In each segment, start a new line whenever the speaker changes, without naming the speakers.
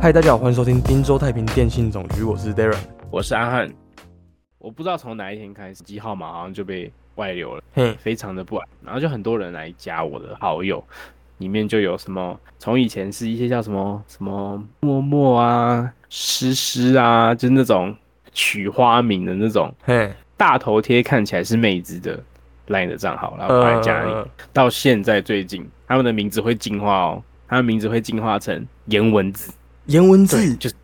嗨，大家好，欢迎收听滨州太平电信总局，我是 Darren。
我是阿汉。我不知道从哪一天开始，机号码好像就被外流了，
嘿，
非常的不安。然后就很多人来加我的好友，里面就有什么从以前是一些叫什么什么默默啊、诗诗啊，就是那种取花名的那种
嘿，
大头贴，看起来是妹子的 LINE 的账号，然后
呃
跑来加
嗯
你。到现在最近，他们的名字会进化哦，他们名字会进化成颜文字。
颜文
对，
字，
就是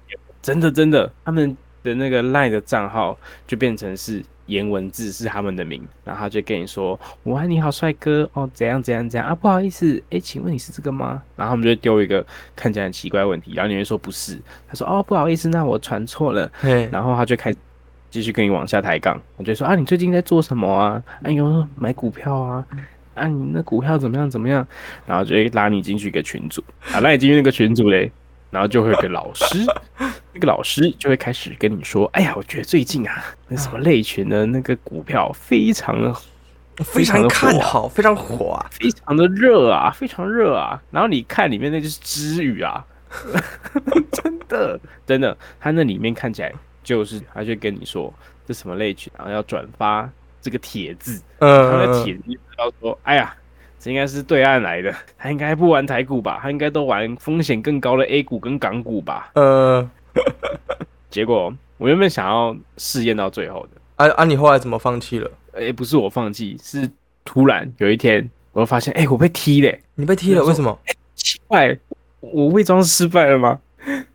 真的真的，他们的那个 LINE 的账号就变成是颜文字是他们的名，然后他就跟你说：“我爱你好帅哥哦，怎样怎样怎样啊，不好意思，哎，请问你是这个吗？”然后他们就会丢一个看起来很奇怪的问题，然后你会说不是，他说：“哦，不好意思，那我传错了。”
嘿，
然后他就开始继续跟你往下抬杠，我就说啊，你最近在做什么啊？哎呦，买股票啊，啊，你那股票怎么样怎么样？然后就会拉你进去一个群组，啊，拉你进去那个群组嘞，然后就会有个老师，那个老师就会开始跟你说，哎呀，我觉得最近啊，那什么类群的那个股票非常的
非常看好，非常火啊！
非常的热啊，非常热啊。然后你看里面那就是知语啊， 真的真的，它那里面看起来就是，他就跟你说这什么类群，然后要转发这个帖子，他
嗯，
的帖子就知道说，哎呀。这应该是对岸来的，他应该不玩台股吧？他应该都玩风险更高的 A 股跟港股吧？
呃，
结果我原本想要试验到最后的，
啊啊，你后来怎么放弃了？
哎、不是我放弃，是突然有一天，我就发现，哎、我被踢嘞、
你被踢了，
没错
为什么？
奇怪，我伪装失败了吗？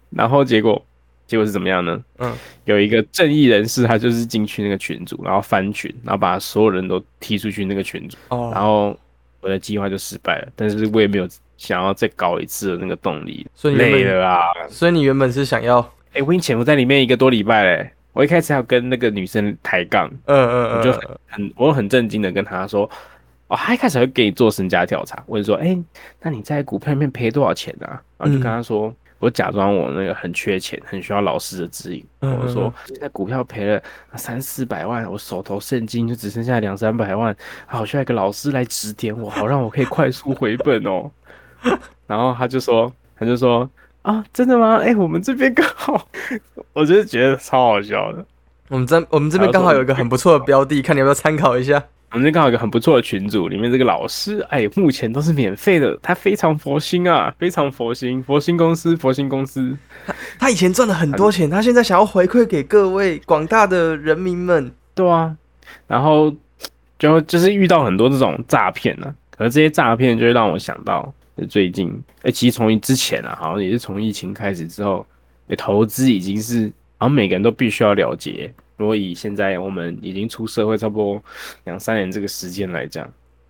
然后结果结果是怎么样呢？
嗯，
有一个正义人士，他就是进去那个群组，然后翻群，然后把所有人都踢出去那个群组，然
哦，
后我的计划就失败了。但是我也没有想要再搞一次的那个动力，
所以你原本
累了啊！
所以你原本是想要，
哎、我已经潜伏在里面一个多礼拜嘞、我一开始还有跟那个女生抬杠，
嗯嗯
我
嗯
就
嗯，
很我很震惊的跟他说，哦，他一开始会给你做身家调查，问说，哎、那你在股票里面赔多少钱啊？然后就跟
嗯
他说，我假装我那个很缺钱，很需要老师的指引，
嗯
我说现在股票赔了三四百万，我手头现金就只剩下两三百万，好需要一个老师来指点我，好让我可以快速回本哦。 然后他就说，他就说。啊，真的吗？哎、我们这边刚好， 我就是觉得超好笑的。
我们这我们这边刚好有一个很不错的标的，看你要不要参考一下。
我们这刚好有一个很不错的群组，里面这个老师，哎，目前都是免费的，他非常佛心啊，非常佛心，佛心公司，佛心公司，
他以前赚了很多钱，他现在想要回馈给各位广大的人民们。
对啊，然后就就是遇到很多这种诈骗呢、可是这些诈骗就会让我想到呃最近，哎、其实从之前啊，好像也是从疫情开始之后，哎投资已经是好像每个人都必须要了解。如果以现在我们已经出社会差不多两三年这个时间来讲，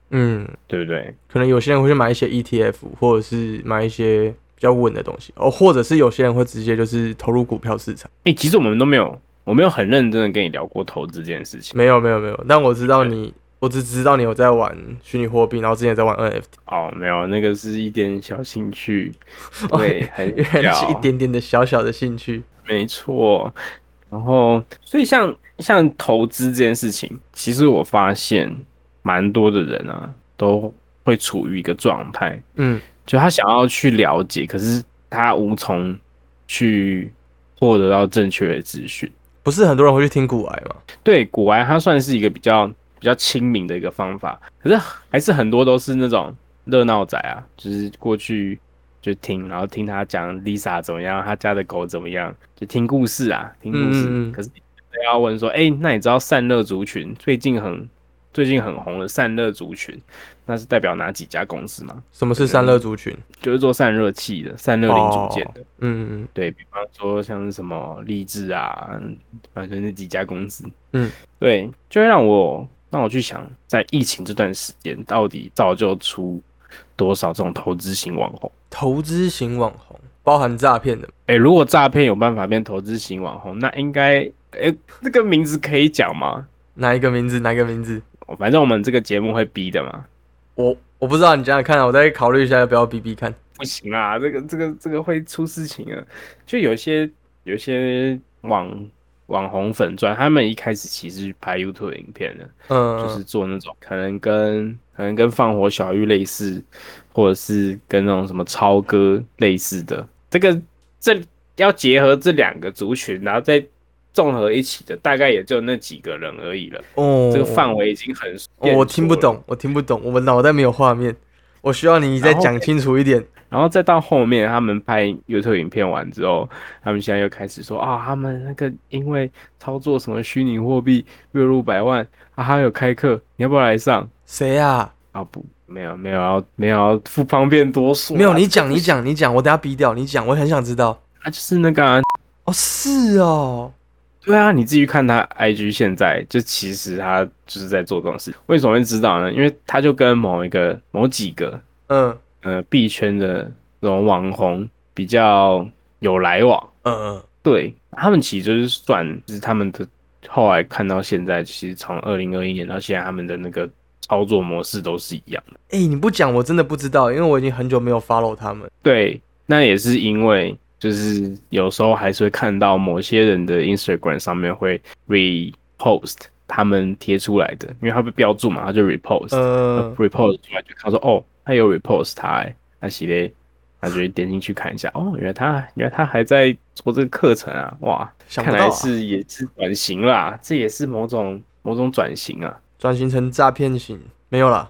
嗯，
对不对？
可能有些人会去买一些 ETF，或者是买一些比较稳的东西，哦，或者是有些人会直接就是投入股票市场。
哎、其实我们都没有，我没有很认真的跟你聊过投资这件事情
没有没有没有，但我知道你，我只知道你有在玩虚拟货币，然后之前也在玩 NFT，
哦，没有，那个是一点小兴趣，
哦
对，很
原来是
小
一，点点的小小的兴趣。
没错。然后，所以像像投资这件事情，其实我发现蛮多的人啊，都会处于一个状态，
嗯
就他想要去了解，可是他无从去获得到正确的资讯。
不是很多人会去听古癌嘛？
对，古玩它算是一个比较比较亲民的一个方法，可是还是很多都是那种热闹仔啊，就是过去就听，然后听他讲 Lisa 怎么样，他家的狗怎么样，就听故事啊，听故事。
嗯嗯嗯
可是你要问说，哎、那你知道散热族群最近很最近很红的散热族群，那是代表哪几家公司吗？
什么是散热族群？
就是做散热器的、散热零组件的，
嗯嗯
对比方说像是什么励志啊，反正那几家公司，
嗯，
对，就会让我让我去想，在疫情这段时间，到底造就出多少这种投资型网红？
投资型网红包含诈骗的，
哎、如果诈骗有办法变投资型网红，那应该哎、那个名字可以讲吗？
哪一个名字？哪一个名字？
反正我们这个节目会逼的嘛。
我我不知道，你想想看啊，我再考虑一下要不要比比看。
不行啊，这个这个这个会出事情啊！就有些有些网网红粉钻，他们一开始其实拍 YouTube 影片的，
嗯，
就是做那种可能跟可能跟放火小玉类似，或者是跟那种什么超哥类似的。这个这要结合这两个族群，然后再综合一起的，大概也就那几个人而已了。
哦，
这个范围已经很、
哦，我听不。懂，我听不懂，我脑袋没有画面，我需要你再
然后
讲清楚一点。
然后再到后面，他们拍 YouTube 影片完之后，他们现在又开始说啊、他们那个因为操作什么虚拟货币月入百万啊，还有开课，你要不要来上
谁啊？
啊？不，没有没有要没有要不方便多说啊、
没有，你讲，你讲，你讲，我等下逼掉，你讲，我很想知道。
啊，就是那个啊、
哦，是哦，
对啊，你自己去看他 IG 现在就其实他就是在做这种事，为什么会知道呢？因为他就跟某一个某几个
嗯
呃币圈的那种网红比较有来往，
嗯嗯，
对他们其实就是算就是他们的后来看到现在，其实从二零二一年到现在，他们的那个操作模式都是一样的。
哎、你不讲我真的不知道，因为我已经很久没有 follow 他们。
对，那也是因为就是有时候还是会看到某些人的 Instagram 上面会 repost 他们贴出来的，因为他被标注嘛，他就 repost、呃
嗯
repost 出来就看到说哦，他有 repost 他、欸，那系列。他就会点进去看一下，哦，原来他原来他还在做这个课程啊，哇，
想不
看
到、
来
啊，
是也是转型啦，这也是某种某种转型啊。
转型成诈骗型，没有啦，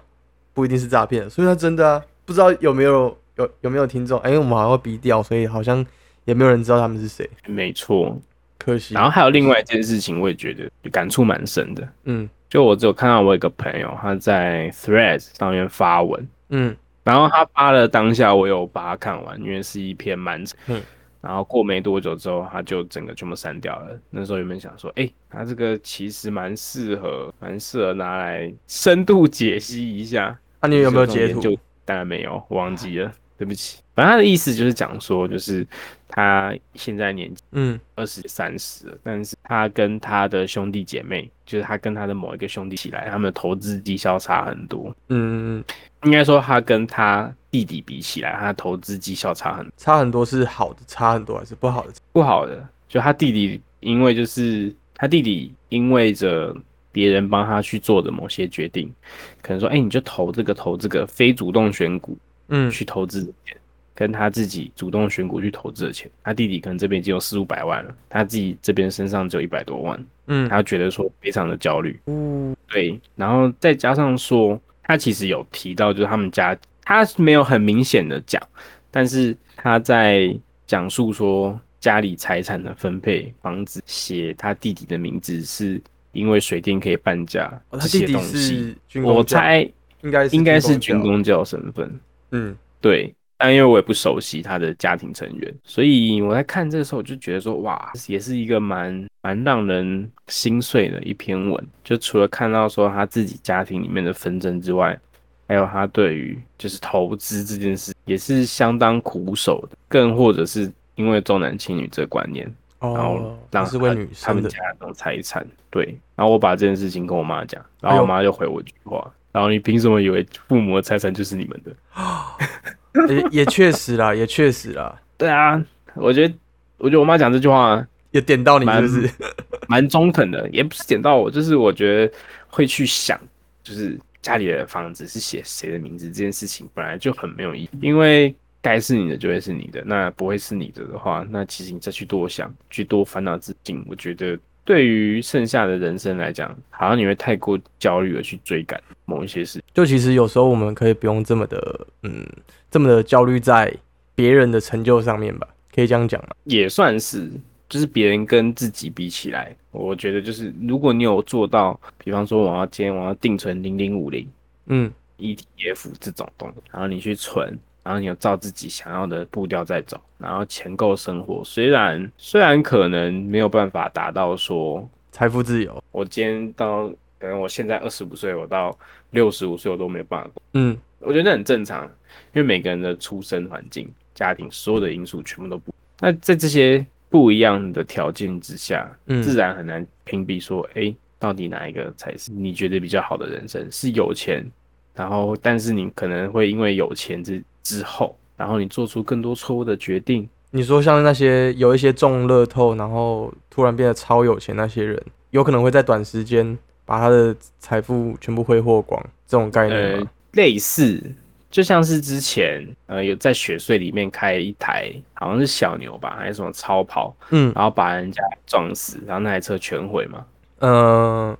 不一定是诈骗，所以他真的啊，不知道有没有有有没有听众？哎、我们好像会逼掉，所以好像也没有人知道他们是谁，
没错，
可惜。
然后还有另外一件事情，我也觉得感触蛮深的。
嗯
就我只有看到我有一个朋友他在 Threads 上面发文，
嗯
然后他发了当下，我有把它看完，因为是一篇蛮长。
嗯
然后过没多久之后，他就整个全部删掉了。那时候原本想说，哎、他这个其实蛮适合，蛮适合拿来深度解析一下。
那、你有没有
这种
截
研
图？
究当然没有，我忘记了，对不起。反正他的意思就是讲说，就是他现在年纪
嗯
二十三十了，但是他跟他的兄弟姐妹，就是他跟他的某一个兄弟起来，他们的投资绩效差很多。
嗯，
应该说，他跟他弟弟比起来，他的投资绩效差很多
差很多是好的，差很多还是不好的？
不好的。就他弟弟，因为就是他弟弟，因为着别人帮他去做的某些决定，可能说，哎、你就投这个投这个非主动选股，
嗯
去投资的钱，跟他自己主动选股去投资的钱，他弟弟可能这边已经有四五百万了，他自己这边身上只有一百多万，
嗯
他觉得说非常的焦虑。
嗯
对，然后再加上说，他其实有提到，就是他们家他没有很明显的讲，但是他在讲述说家里财产的分配，房子写他弟弟的名字是因为水电可以半价、
哦他
这
弟
些
弟
东西。
是军工
我
教
猜
应该是
应该是
军
军
工教，
工教身份，
嗯
对，但因为我也不熟悉他的家庭成员，所以我在看这个时候我就觉得说，哇，也是一个蛮蛮让人心碎的一篇文。就除了看到说他自己家庭里面的纷争之外，还有他对于就是投资这件事也是相当苦手的，更或者是因为重男轻女这个观念，然后
哦，
让
他是为
他
女
他
生
们
的
家那种财产。对，然后我把这件事情跟我妈讲，
哎
然后我妈就回我一句话。然后你凭什么以为父母的财产就是你们的？
也也确实啦， 也确实啦，
对啊，我觉得，我觉得我妈讲这句话
也点到你是
蛮
不是？
蛮中肯的，也不是点到我，就是我觉得会去想，就是家里的房子是写谁的名字这件事情本来就很没有意义，因为该是你的就会是你的，那不会是你的的话，那其实你再去多想，去多烦恼自己，我觉得对于剩下的人生来讲，好像你会太过焦虑的去追赶某一些事。
就其实有时候我们可以不用这么的，嗯，这么的焦虑在别人的成就上面吧，可以这样讲吗？
也算是，就是别人跟自己比起来，我觉得就是如果你有做到，比方说我要今天我要定存零零五零
嗯
ETF 这种东西，然后你去存，然后你有照自己想要的步调在走，然后钱够生活，虽然虽然可能没有办法达到说
财富自由，
我今天到可能我现在二十五岁，我到六十五岁我都没有办法过，
嗯
我觉得那很正常，因为每个人的出生环境、家庭所有的因素全部都不。那在这些不一样的条件之下，
嗯
自然很难评比说，哎、到底哪一个才是你觉得比较好的人生？是有钱，然后但是你可能会因为有钱之之后，然后你做出更多错误的决定，
你说像那些有一些中乐透，然后突然变得超有钱那些人，有可能会在短时间把他的财富全部挥霍光，这种概念
呃
吗？，
类似，就像是之前呃有在雪隧里面开一台好像是小牛吧，还是什么超跑，
嗯
然后把人家撞死，然后那台车全毁嘛。
嗯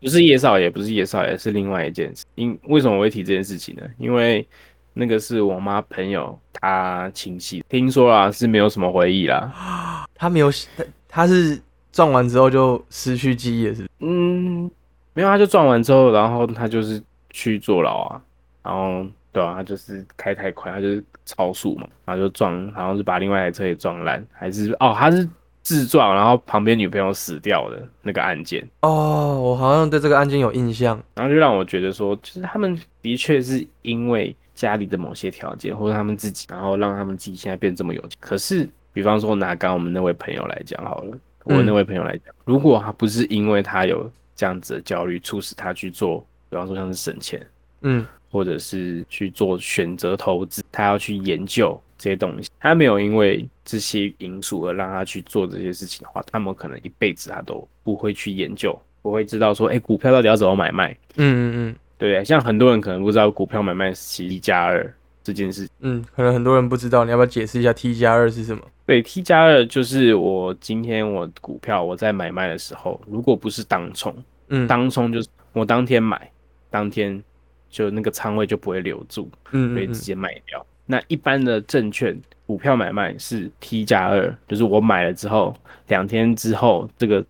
不是叶少爷，不是叶少爷，是另外一件事。因为什么我会提这件事情呢？因为那个是我妈朋友她亲戚，听说啦是没有什么回忆啦。
他没有他他是撞完之后就失去记忆了，是不是
嗯，没有，她就撞完之后，然后她就是去坐牢啊，然后对啊，她就是开太快，她就是超速嘛，然后就撞，好像是把另外一台车也撞烂，还是哦，她是自撞，然后旁边女朋友死掉的那个案件。
哦，我好像对这个案件有印象。
然后就让我觉得说，就是他们的确是因为家里的某些条件，或者他们自己，然后让他们自己现在变这么有钱。可是，比方说拿刚刚我们那位朋友来讲好了，我那位朋友来讲，如果他不是因为他有这样子的焦虑，促使他去做，比方说像是省钱，
嗯
或者是去做选择投资，他要去研究这些东西，他没有因为这些因素而让他去做这些事情的话，他们可能一辈子他都不会去研究，不会知道说，哎，股票到底要怎么买卖。
嗯嗯
对不对？像很多人可能不知道股票买卖是其实一加二这件事。
嗯嗯，可能很多人不知道，你要不要解释一下 T 加二是什么？
对，T 加二就是我今天我股票我在买卖的时候，如果不是当冲，
嗯
当冲就是我当天买，当天就那个仓位就不会留住，
嗯
所以
嗯嗯
直接卖掉。那一般的证券股票买卖是 T 加二，就是我买了之后，两天之后这个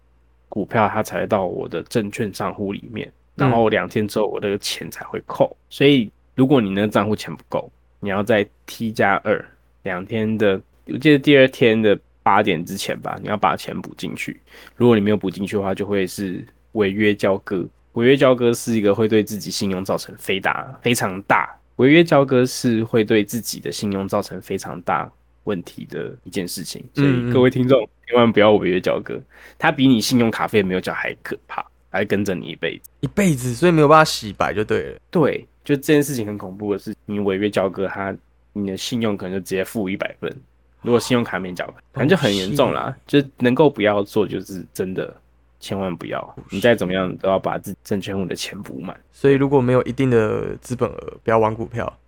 股票它才会到我的证券账户里面，然后两天之后我这个钱才会扣。所以如果你那个账户钱不够，你要在 T 加二两天的，我记得第二天的八点之前吧，你要把钱补进去。如果你没有补进去的话，就会是违约交割。违约交割是一个会对自己信用造成非大非常大，违约交割是会对自己的信用造成非常大问题的一件事情。所
嗯嗯
以各位听众千万不要违约交割，它比你信用卡费没有缴还可怕，还跟着你一辈子。
一辈子，所以没有办法洗白就对了。
对，就这件事情很恐怖的是，你违约交割，它你的信用可能就直接负一百分。如果信用卡没缴，反正就很严重啦。就能够不要做，就是真的千万不要。你再怎么样都要把自己证券户的钱补满，
所以如果没有一定的资本额，不要玩股票，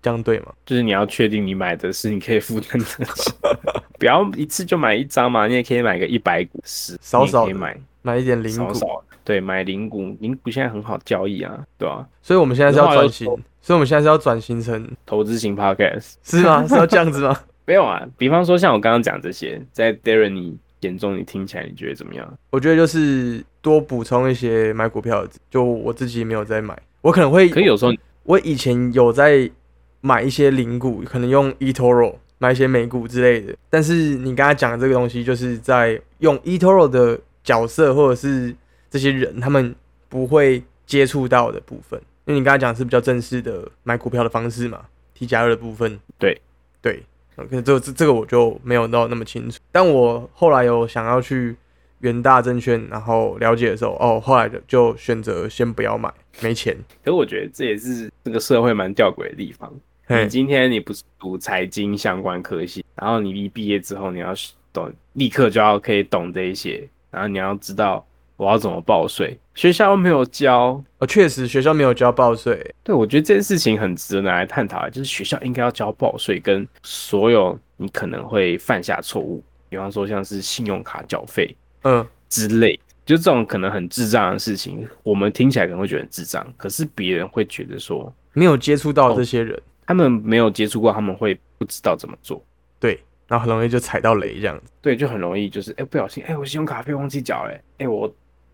这样对吗？
就是你要确定你买的是你可以负担得起， 不要一次就买一张嘛。你也可以买个一百股十，
少少
你
的
也可以买
买一点零
少
股。
少的，对，买零股，零股现在很好交易啊，对吧、
所以我们现在是要转型
然后，
所以我们现在是要转型成
投资型 podcast。
是吗？是要这样子吗？
没有啊，比方说像我刚刚讲这些，在 Darren 你眼中，你听起来你觉得怎么样？
我觉得就是多补充一些买股票的知，就我自己没有在买，我可能会
可啊是有时候你
我以前有在买一些零股，可能用 eToro 买一些美股之类的。但是你刚才讲的这个东西，就是在用 eToro 的角色或者是这些人，他们不会接触到的部分。因为你刚才讲的是比较正式的买股票的方式嘛，T 加二的部分。
对
对，呃可是这这这个我就没有到那么清楚。但我后来有想要去元大证券，然后了解的时候，哦，后来就就选择先不要买，没钱。
可是我觉得这也是这个社会蛮吊诡的地方。
嘿
你今天你不是读财经相关科系，然后你一毕业之后你要懂，立刻就要可以懂这一些，然后你要知道我要怎么报税，学校又没有教。
哦，确实学校没有交报税。
对，我觉得这件事情很值得拿来探讨啊，就是学校应该要教报税跟所有你可能会犯下错误，比方说像是信用卡缴费，
嗯，
之类，就这种可能很智障的事情，我们听起来可能会觉得很智障，可是别人会觉得说
没有接触
哦
到这些人，
他们没有接触过，他们会不知道怎么做，
对，然后很容易就踩到雷这样子。
对，就很容易就是哎、不小心哎、我信用卡费忘记缴了，哎、我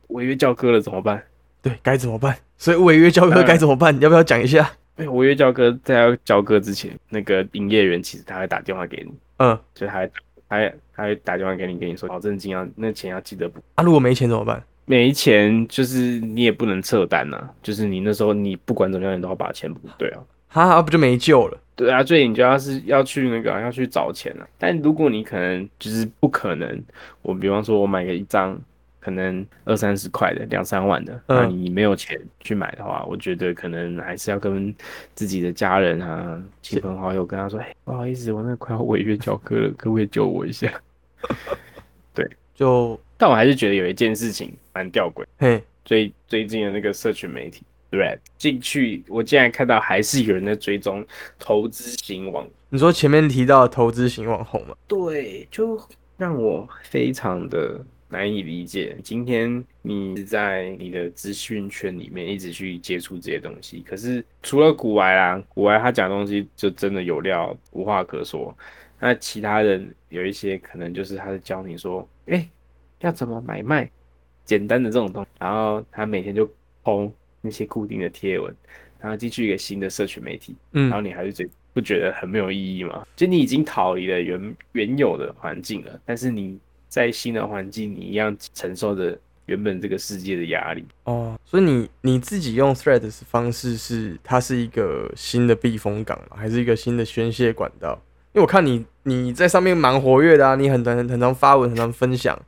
违约交割了怎么办？
对，该怎么办？所以违约交割
当然
该怎么办？你要不要讲一下？
哎、违约交割在要交割之前，那个营业员其实他会打电话给你，
嗯，
就他会他会他会打电话给你，跟你说保证金要那钱要记得补。
啊，如果没钱怎么办？
没钱就是你也不能撤单呐、就是你那时候你不管怎么样，你都要把钱补对啊。
哈、啊，不就没救了？
对啊，所以你就要是要去那个啊要去找钱了、但如果你可能就是不可能，我比方说我买个一张可能二三十块的两三万的，那
嗯
你没有钱去买的话，我觉得可能还是要跟自己的家人啊、亲朋好友跟他说，哎，不好意思，我那个快要违约交割了，可不可以救我一下？
就
但我还是觉得有一件事情蛮吊诡，
嘿，
最最近的那个社群媒体， Thread 进去，我竟然看到还是有人在追踪投资型网
你说前面提到的投资型网红嘛，
对，就让我非常的难以理解。今天你是在你的资讯圈里面一直去接触这些东西，可是除了古玩啦，古玩他讲的东西就真的有料，无话可说。那其他人有一些可能就是他是教你说，哎、要怎么买卖，简单的这种东西，然后他每天就抛那些固定的贴文，然后进去一个新的社群媒体，然后
嗯，
你还是觉不觉得很没有意义吗？就你已经逃离了原原有的环境了，但是你在新的环境，你一样承受着原本这个世界的压力。
哦，所以你你自己用 Threads 的方式是它是一个新的避风港吗？还是一个新的宣泄管道？因为我看你你在上面蛮活跃的啊，你很常很常发文，很常分享，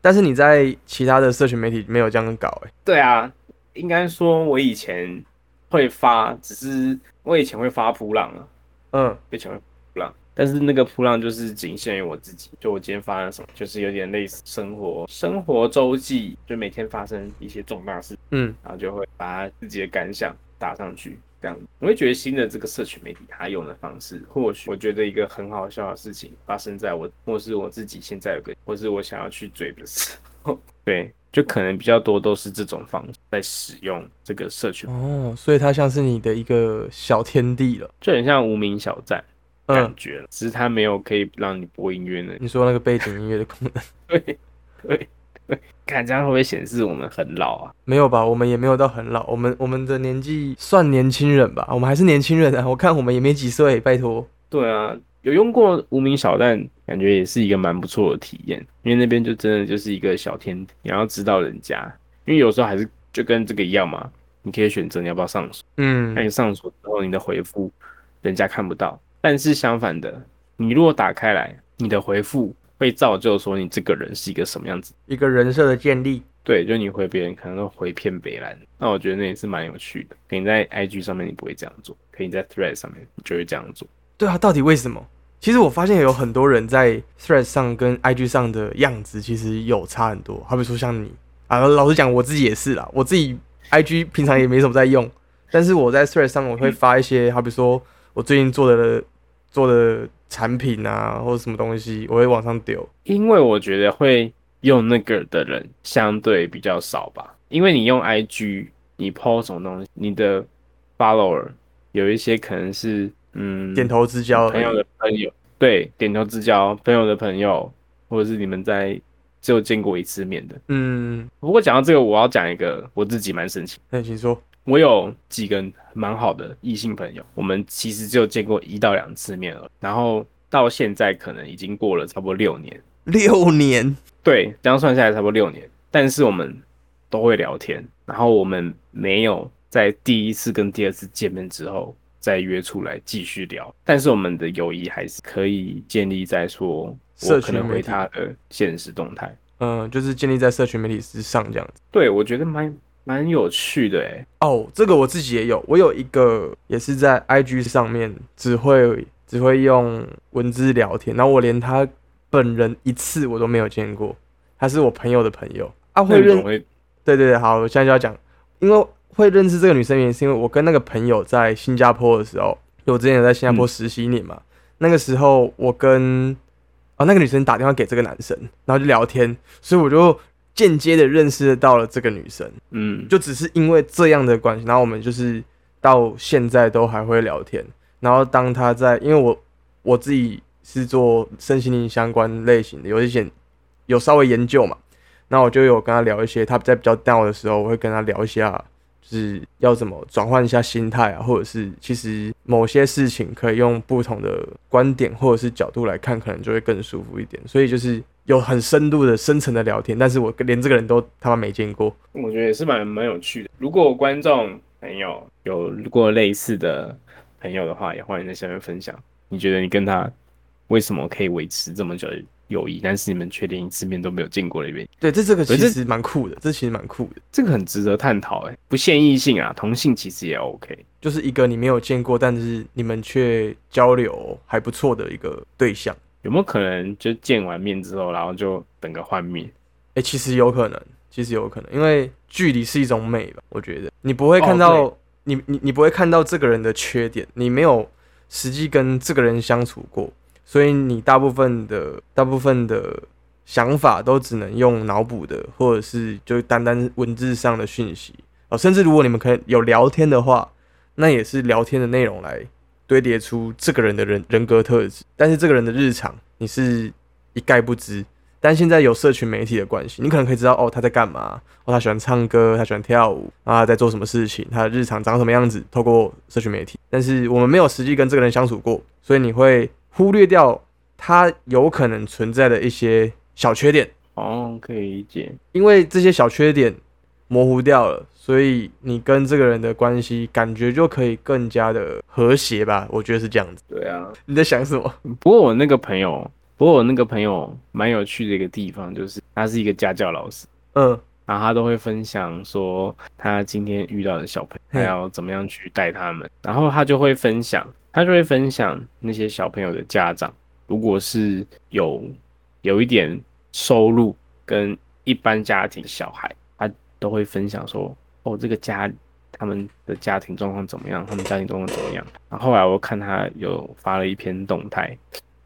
但是你在其他的社群媒体没有这样搞、欸，
对啊，应该说我以前会发，只是我以前会发扑浪啊，
嗯，
被成为扑浪。但是那个扑浪就是仅限于我自己，就我今天发生什么，就是有点类似生活生活周记，就每天发生一些重大事
嗯，
然后就会把自己的感想打上去，这样子。我会觉得新的这个社群媒体它用的方式，或许我觉得一个很好笑的事情发生在我，或是我自己现在有个，或是我想要去追的时候， 对，就可能比较多都是这种方式在使用这个社群，
哦，所以它像是你的一个小天地了，
就很像无名小站感
嗯，
觉了，只是它没有可以让你播音乐的
你说那个背景音乐的功能
对对对，看这样会不会显示我们很老啊？
没有吧？我们也没有到很老，我们我们的年纪算年轻人吧，我们还是年轻人啊，我看我们也没几岁，拜托，
对啊，有用过无名小站，感觉也是一个蛮不错的体验，因为那边就真的就是一个小天地，你要知道人家，因为有时候还是就跟这个一样嘛，你可以选择你要不要上锁，
嗯
那，你上锁之后，你的回复人家看不到，但是相反的，你如果打开来，你的回复会造就说你这个人是一个什么样子。
一个人设的建立，
对，就你回别人可能都回偏北蓝，那我觉得那也是蛮有趣的。可你在 IG 上面你不会这样做，可你在 Thread 上面你就会这样做。
对啊，到底为什么？其实我发现有很多人在 Threads 上跟 IG 上的样子其实有差很多，好比说像你啊，老实讲我自己也是啦，我自己 IG 平常也没什么在用，但是我在 Threads 上我
嗯
会发一些，好比说我最近做的做的产品啊，或者什么东西，我会往上丢。
因为我觉得会用那个的人相对比较少吧，因为你用 IG，你 PO 什么东西，你的 follower 有一些可能是嗯
点头之交而
朋友
已。
的朋友，对，点头之交，朋友的朋友，或者是你们在只有见过一次面的。
嗯，
不过讲到这个，我要讲一个我自己蛮神奇的
那请说。
我有几个蛮好的异性朋友，我们其实只有见过一到两次面了，然后到现在可能已经过了差不多六年，
六年，
对，这样算下来差不多六年，但是我们都会聊天，然后我们没有在第一次跟第二次见面之后再约出来继续聊，但是我们的友谊还是可以建立在说我
社
可
群
能
媒
回
体
他的现实动态，
嗯，就是建立在社群媒体之上这样子。
对我觉得蛮蛮有趣的欸诶，
哦，这个我自己也有，我有一个也是在 IG 上面只会只会用文字聊天，然后我连他本人一次我都没有见过，他是我朋友的朋友啊，
那
会
你怎
认
么会
对对对，好，我现在就要讲，因为会认识这个女生，原因是因为我跟那个朋友在新加坡的时候，我之前有在新加
嗯
坡实习一年嘛，那个时候我跟哦那个女生打电话给这个男生，然后就聊天，所以我就间接的认识到了这个女生，
嗯
就只是因为这样的关系，然后我们就是到现在都还会聊天，然后当她在，因为我我自己是做身心灵相关类型的，有一些有稍微研究嘛，那我就有跟他聊一些，他在比较 down 的时候，我会跟他聊一下，就是要怎么转换一下心态啊，或者是其实某些事情可以用不同的观点或者是角度来看，可能就会更舒服一点。所以就是有很深度的、深层的聊天，但是我连这个人都他妈没见过。
我觉得也是蛮蛮有趣的。如果观众朋友有如果类似的朋友的话，也欢迎在下面分享。你觉得你跟他为什么可以维持这么久的友谊，但是你们却连一次面都没有见过的原因，
对，这这个
可
其
是
实蛮酷的，这其实蛮酷的，
这个很值得探讨。哎，不限异性啊，同性其实也 OK。
就是一个你没有见过，但是你们却交流还不错的一个对象。
有没有可能就见完面之后，然后就整个幻灭？
哎、其实有可能，其实有可能，因为距离是一种美吧，我觉得你不会看到、
哦
你你你不会看到这个人的缺点，你没有实际跟这个人相处过，所以你大部分的大部分的想法都只能用脑补的，或者是就单单文字上的讯息哦，甚至如果你们可能有聊天的话，那也是聊天的内容来堆叠出这个人的人人格特质，但是这个人的日常你是一概不知。但现在有社群媒体的关系，你可能可以知道哦他在干嘛，哦他喜欢唱歌，他喜欢跳舞，啊他在做什么事情，他的日常长什么样子，透过社群媒体。但是我们没有实际跟这个人相处过，所以你会忽略掉他有可能存在的一些小缺点，
哦，可以理解。
因为这些小缺点模糊掉了，所以你跟这个人的关系感觉就可以更加的和谐吧，我觉得是这样子。
对啊，
你在想什么？
不过我那个朋友，不过我那个朋友蛮有趣的一个地方，就是他是一个家教老师，
嗯，
然后他都会分享说他今天遇到的小朋友，
嘿
他要怎么样去带他们，然后他就会分享，他就会分享那些小朋友的家长，如果是有有一点收入跟一般家庭小孩，他都会分享说，哦，这个家他们的家庭状况怎么样，他们家庭状况怎么样。然后后来我看他有发了一篇动态，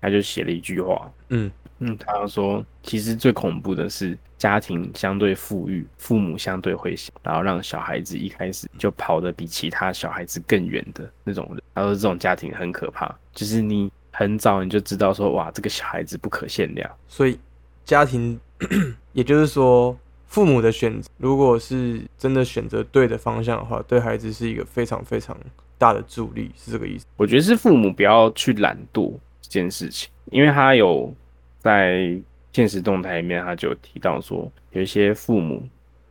他就写了一句话，
嗯
嗯，他要说，其实最恐怖的是家庭相对富裕，父母相对会小，然后让小孩子一开始就跑得比其他小孩子更远的那种人。他说这种家庭很可怕，就是你很早你就知道说，哇，这个小孩子不可限量。
所以家庭， 也就是说，父母的选择，如果是真的选择对的方向的话，对孩子是一个非常非常大的助力，是这个意思。
我觉得是父母不要去懒惰这件事情，因为他有在现实动态里面，他就有提到说，有一些父母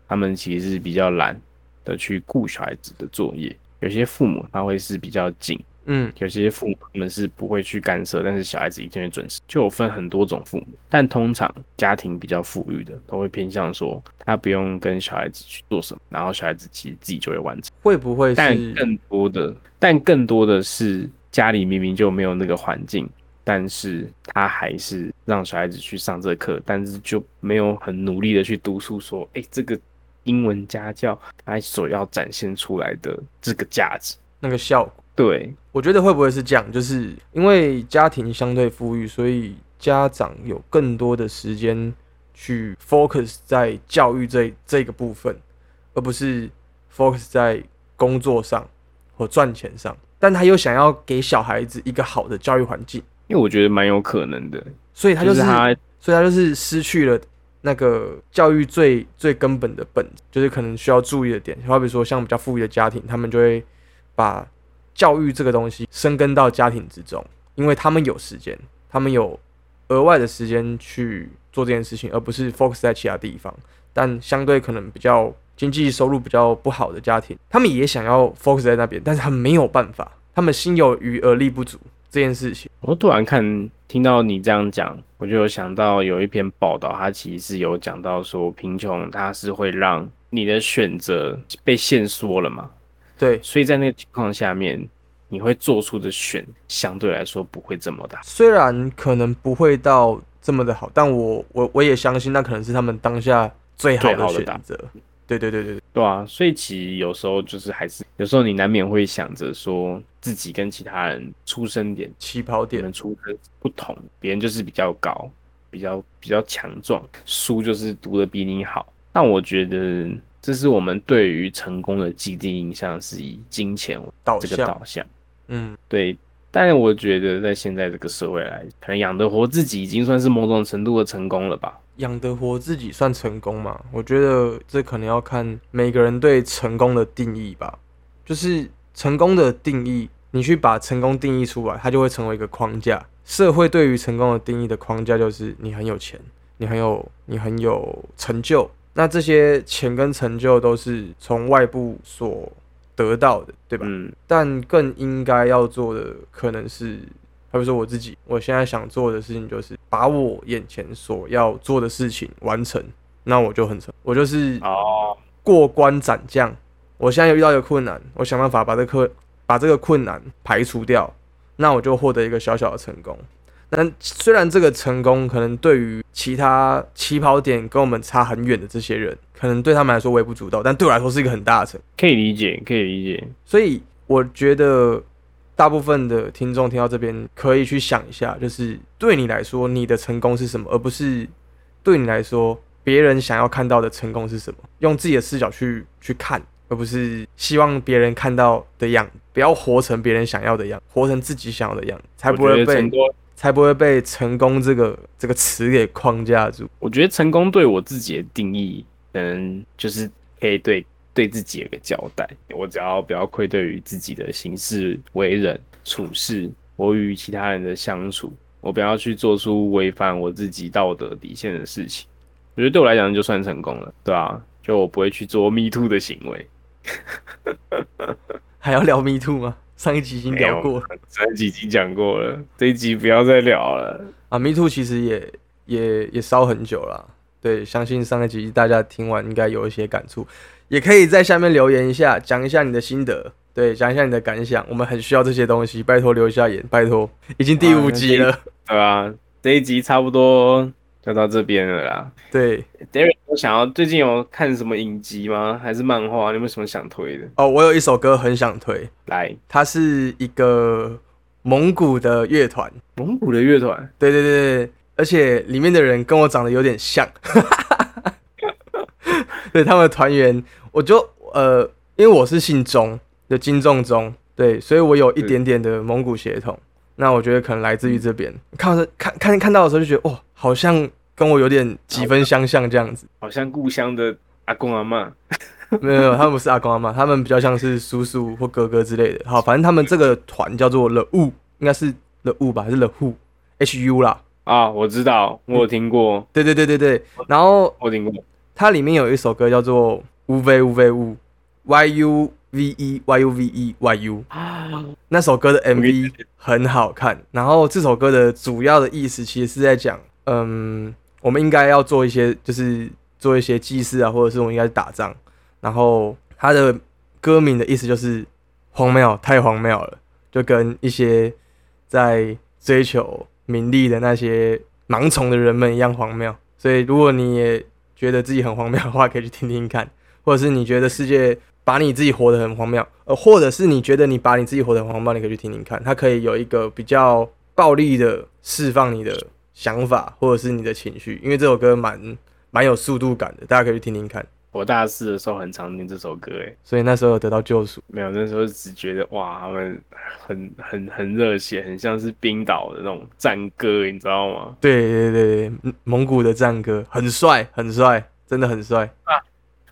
他们其实是比较懒的去顾小孩子的作业，有些父母他会是比较紧，
嗯
有些父母他们是不会去干涉，但是小孩子一定会准时，就有分很多种父母，但通常家庭比较富裕的都会偏向说，他不用跟小孩子去做什么，然后小孩子其实自己就会完成。
会不会
但
是
更多的，但更多的是家里明明就没有那个环境，但是他还是让小孩子去上这课，但是就没有很努力的去读书，说，哎、这个英文家教他所要展现出来的这个价值，
那个效果？
对，
我觉得会不会是这样？就是因为家庭相对富裕，所以家长有更多的时间去 focus 在教育这这个部分，而不是 focus 在工作上或赚钱上。但他又想要给小孩子一个好的教育环境，
因为我觉得蛮有可能的，
所以他就是，
他
所以他就是失去了那个教育最最根本的本质，就是可能需要注意的点。好比说，像比较富裕的家庭，他们就会把教育这个东西深根到家庭之中，因为他们有时间，他们有额外的时间去做这件事情，而不是 focus 在其他地方。但相对可能比较经济收入比较不好的家庭，他们也想要 focus 在那边，但是他们没有办法，他们心有余而力不足这件事情。
我突然看听到你这样讲，我就有想到有一篇报道，它其实是有讲到说，贫穷它是会让你的选择被限缩了嘛，
对，
所以在那个情况下面，你会做出的选相对来说不会这么大。
虽然可能不会到这么的好，但我我我也相信那可能是他们当下最好
最
的
好的
选
答
择。对对对对对，
对啊，所以其实有时候就是还是有时候你难免会想着说自己跟其他人出生点
起跑
你
点
们出身不同，别人就是比较高，比较比较强壮，书就是读的比你好。但我觉得这是我们对于成功的既定印象是以金钱为
导
这个
向，
导向。
嗯，
对，但我觉得在现在这个社会来，可能养得活自己已经算是某种程度的成功了吧。
养得活自己算成功嘛？我觉得这可能要看每个人对成功的定义吧。就是成功的定义，你去把成功定义出来，它就会成为一个框架。社会对于成功的定义的框架就是你很有钱，你很有你很有成就。那这些钱跟成就都是从外部所得到的，对吧？
嗯，
但更应该要做的可能是，好比说我自己，我现在想做的事情就是把我眼前所要做的事情完成，那我就很成，我就是
哦，
过关斩将。我现在有遇到一个困难，我想办法把这个困把这个困难排除掉，那我就获得一个小小的成功。但虽然这个成功可能对于其他起跑点跟我们差很远的这些人，可能对他们来说微不足道，但对我来说是一个很大的成功。
可以理解，可以理解。
所以我觉得大部分的听众听到这边，可以去想一下，就是对你来说，你的成功是什么，而不是对你来说别人想要看到的成功是什么。用自己的视角去去看，而不是希望别人看到的样子。不要活成别人想要的样，活成 自己想要的样，才不
我
会
觉得成
被
功，
才不会被成功这个这个词给框架住。
我觉得成功对我自己的定义，嗯，就是可以对对自己有个交代。我只要不要愧对于自己的行事为人、处事，我与其他人的相处，我不要去做出违反我自己道德底线的事情。我觉得对我来讲就算成功了，对啊，就我不会去做 me too 的行为。
还要聊 Me Too 吗？上一集已经聊
没有
过了
上一集已经讲过了，这一集不要再聊了。
啊，Me Too 其实也也也烧很久了。啊对，相信上一集大家听完应该有一些感触，也可以在下面留言一下，讲一下你的心得，对，讲一下你的感想，我们很需要这些东西，拜托留一下言，拜托，已经第
哇
五
那
集
这一
了，
对啊，这一集差不多就到这边了啦。
对，
Darren，我想要最近有看什么影集吗？还是漫画？你有没有什么想推的？
哦，我有一首歌很想推，
来，
它是一个蒙古的乐团，
蒙古的乐团，
对对对对，而且里面的人跟我长得有点像，对他们的团员，我就呃，因为我是姓钟，就金钟钟，对，所以我有一点点的蒙古血统。那我觉得可能来自于这边，看到看看看到的时候就觉得，哦，好像跟我有点几分相像这样子。
好像故乡的阿公阿嬷。
没有，没有，他们不是阿公阿妈，他们比较像是叔叔或哥哥之类的。好，反正他们这个团叫做 The Wu，应该是 The Wu 吧，还是 The Who？H U 啦。
啊，我知道，我有听过，
对对对对对。然后
我有听过。
它里面有一首歌叫做《无非无非无 Y U V E Y U V E Y U》，那首歌的 MV 很好看。然后这首歌的主要的意思其实是在讲，嗯，我们应该要做一些，就是做一些祭祀啊，或者是我们应该去打仗。然后它的歌名的意思就是荒谬，太荒谬了，就跟一些在追求名利的那些盲从的人们一样荒谬。所以，如果你也觉得自己很荒谬的话，可以去听听看；或者是你觉得世界把你自己活得很荒谬，呃，或者是你觉得你把你自己活得很荒谬，你可以去听听看。它可以有一个比较暴力的释放你的想法，或者是你的情绪，因为这首歌蛮蛮有速度感的，大家可以去听听看。
我大四的时候很常听这首歌，哎，
所以那时候有得到救赎。
没有，那时候只觉得哇，他们很很很热血，很像是冰岛的那种战歌，你知道吗？
对对对对，蒙古的战歌很帅，很帅，真的很帅。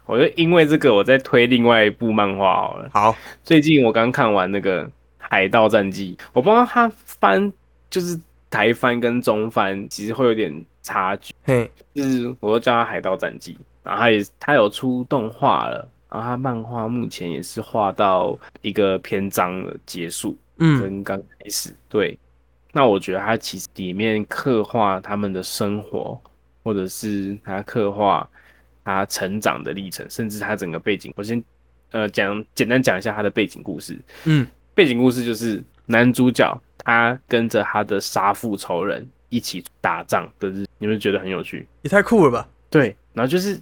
我就因为这个，我在推另外一部漫画好了。
好，
最近我刚看完那个《海盗战记》，我不知道它翻就是台翻跟中翻其实会有点差距，
嘿，
就是我都叫它《海盗战记》，然后它也它有出动画了，然后它漫画目前也是画到一个篇章的结束，
嗯
跟刚开始、对。那我觉得它其实里面刻画他们的生活，或者是他刻画他成长的历程，甚至他整个背景。我先呃讲简单讲一下他的背景故事。
嗯
背景故事就是男主角他跟着他的杀父仇人一起打仗的日子，你们觉得很有趣？
也太酷了吧！
对，然后就是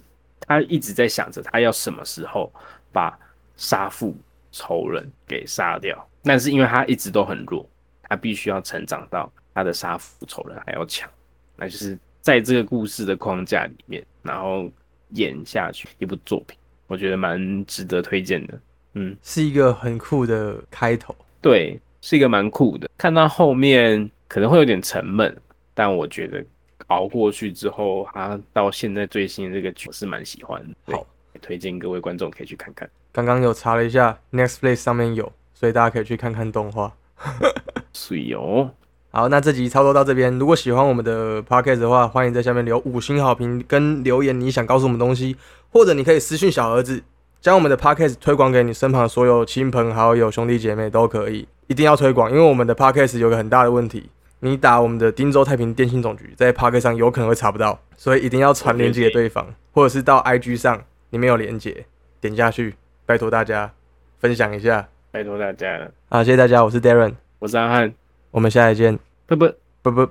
他一直在想着他要什么时候把杀父仇人给杀掉，但是因为他一直都很弱，他必须要成长到他的杀父仇人还要强。那就是在这个故事的框架里面，然后演下去一部作品，我觉得蛮值得推荐的。嗯，
是一个很酷的开头。
对，是一个蛮酷的。看到后面可能会有点沉闷，但我觉得熬过去之后，他到现在最新的这个剧我是蛮喜欢的。对
好，
推荐各位观众可以去看看。
刚刚有查了一下，Next Play 上面有，所以大家可以去看看动画。
水哦，
好，那这集操作到这边。如果喜欢我们的 podcast 的话，欢迎在下面留五星好评跟留言，你想告诉我们东西，或者你可以私讯小儿子，将我们的 podcast 推广给你身旁的所有亲朋好友、兄弟姐妹都可以，一定要推广，因为我们的 podcast 有个很大的问题，你打我们的汀州太平电信总局，在 podcast 上有可能会查不到，所以一定要传链接给对方，或者是到 IG 上里面有链接，点下去，拜托大家分享一下。
拜托大家了，
好，谢谢大家，我是 Darren，
我是阿汉，
我们下一见，
拜拜。
啵啵。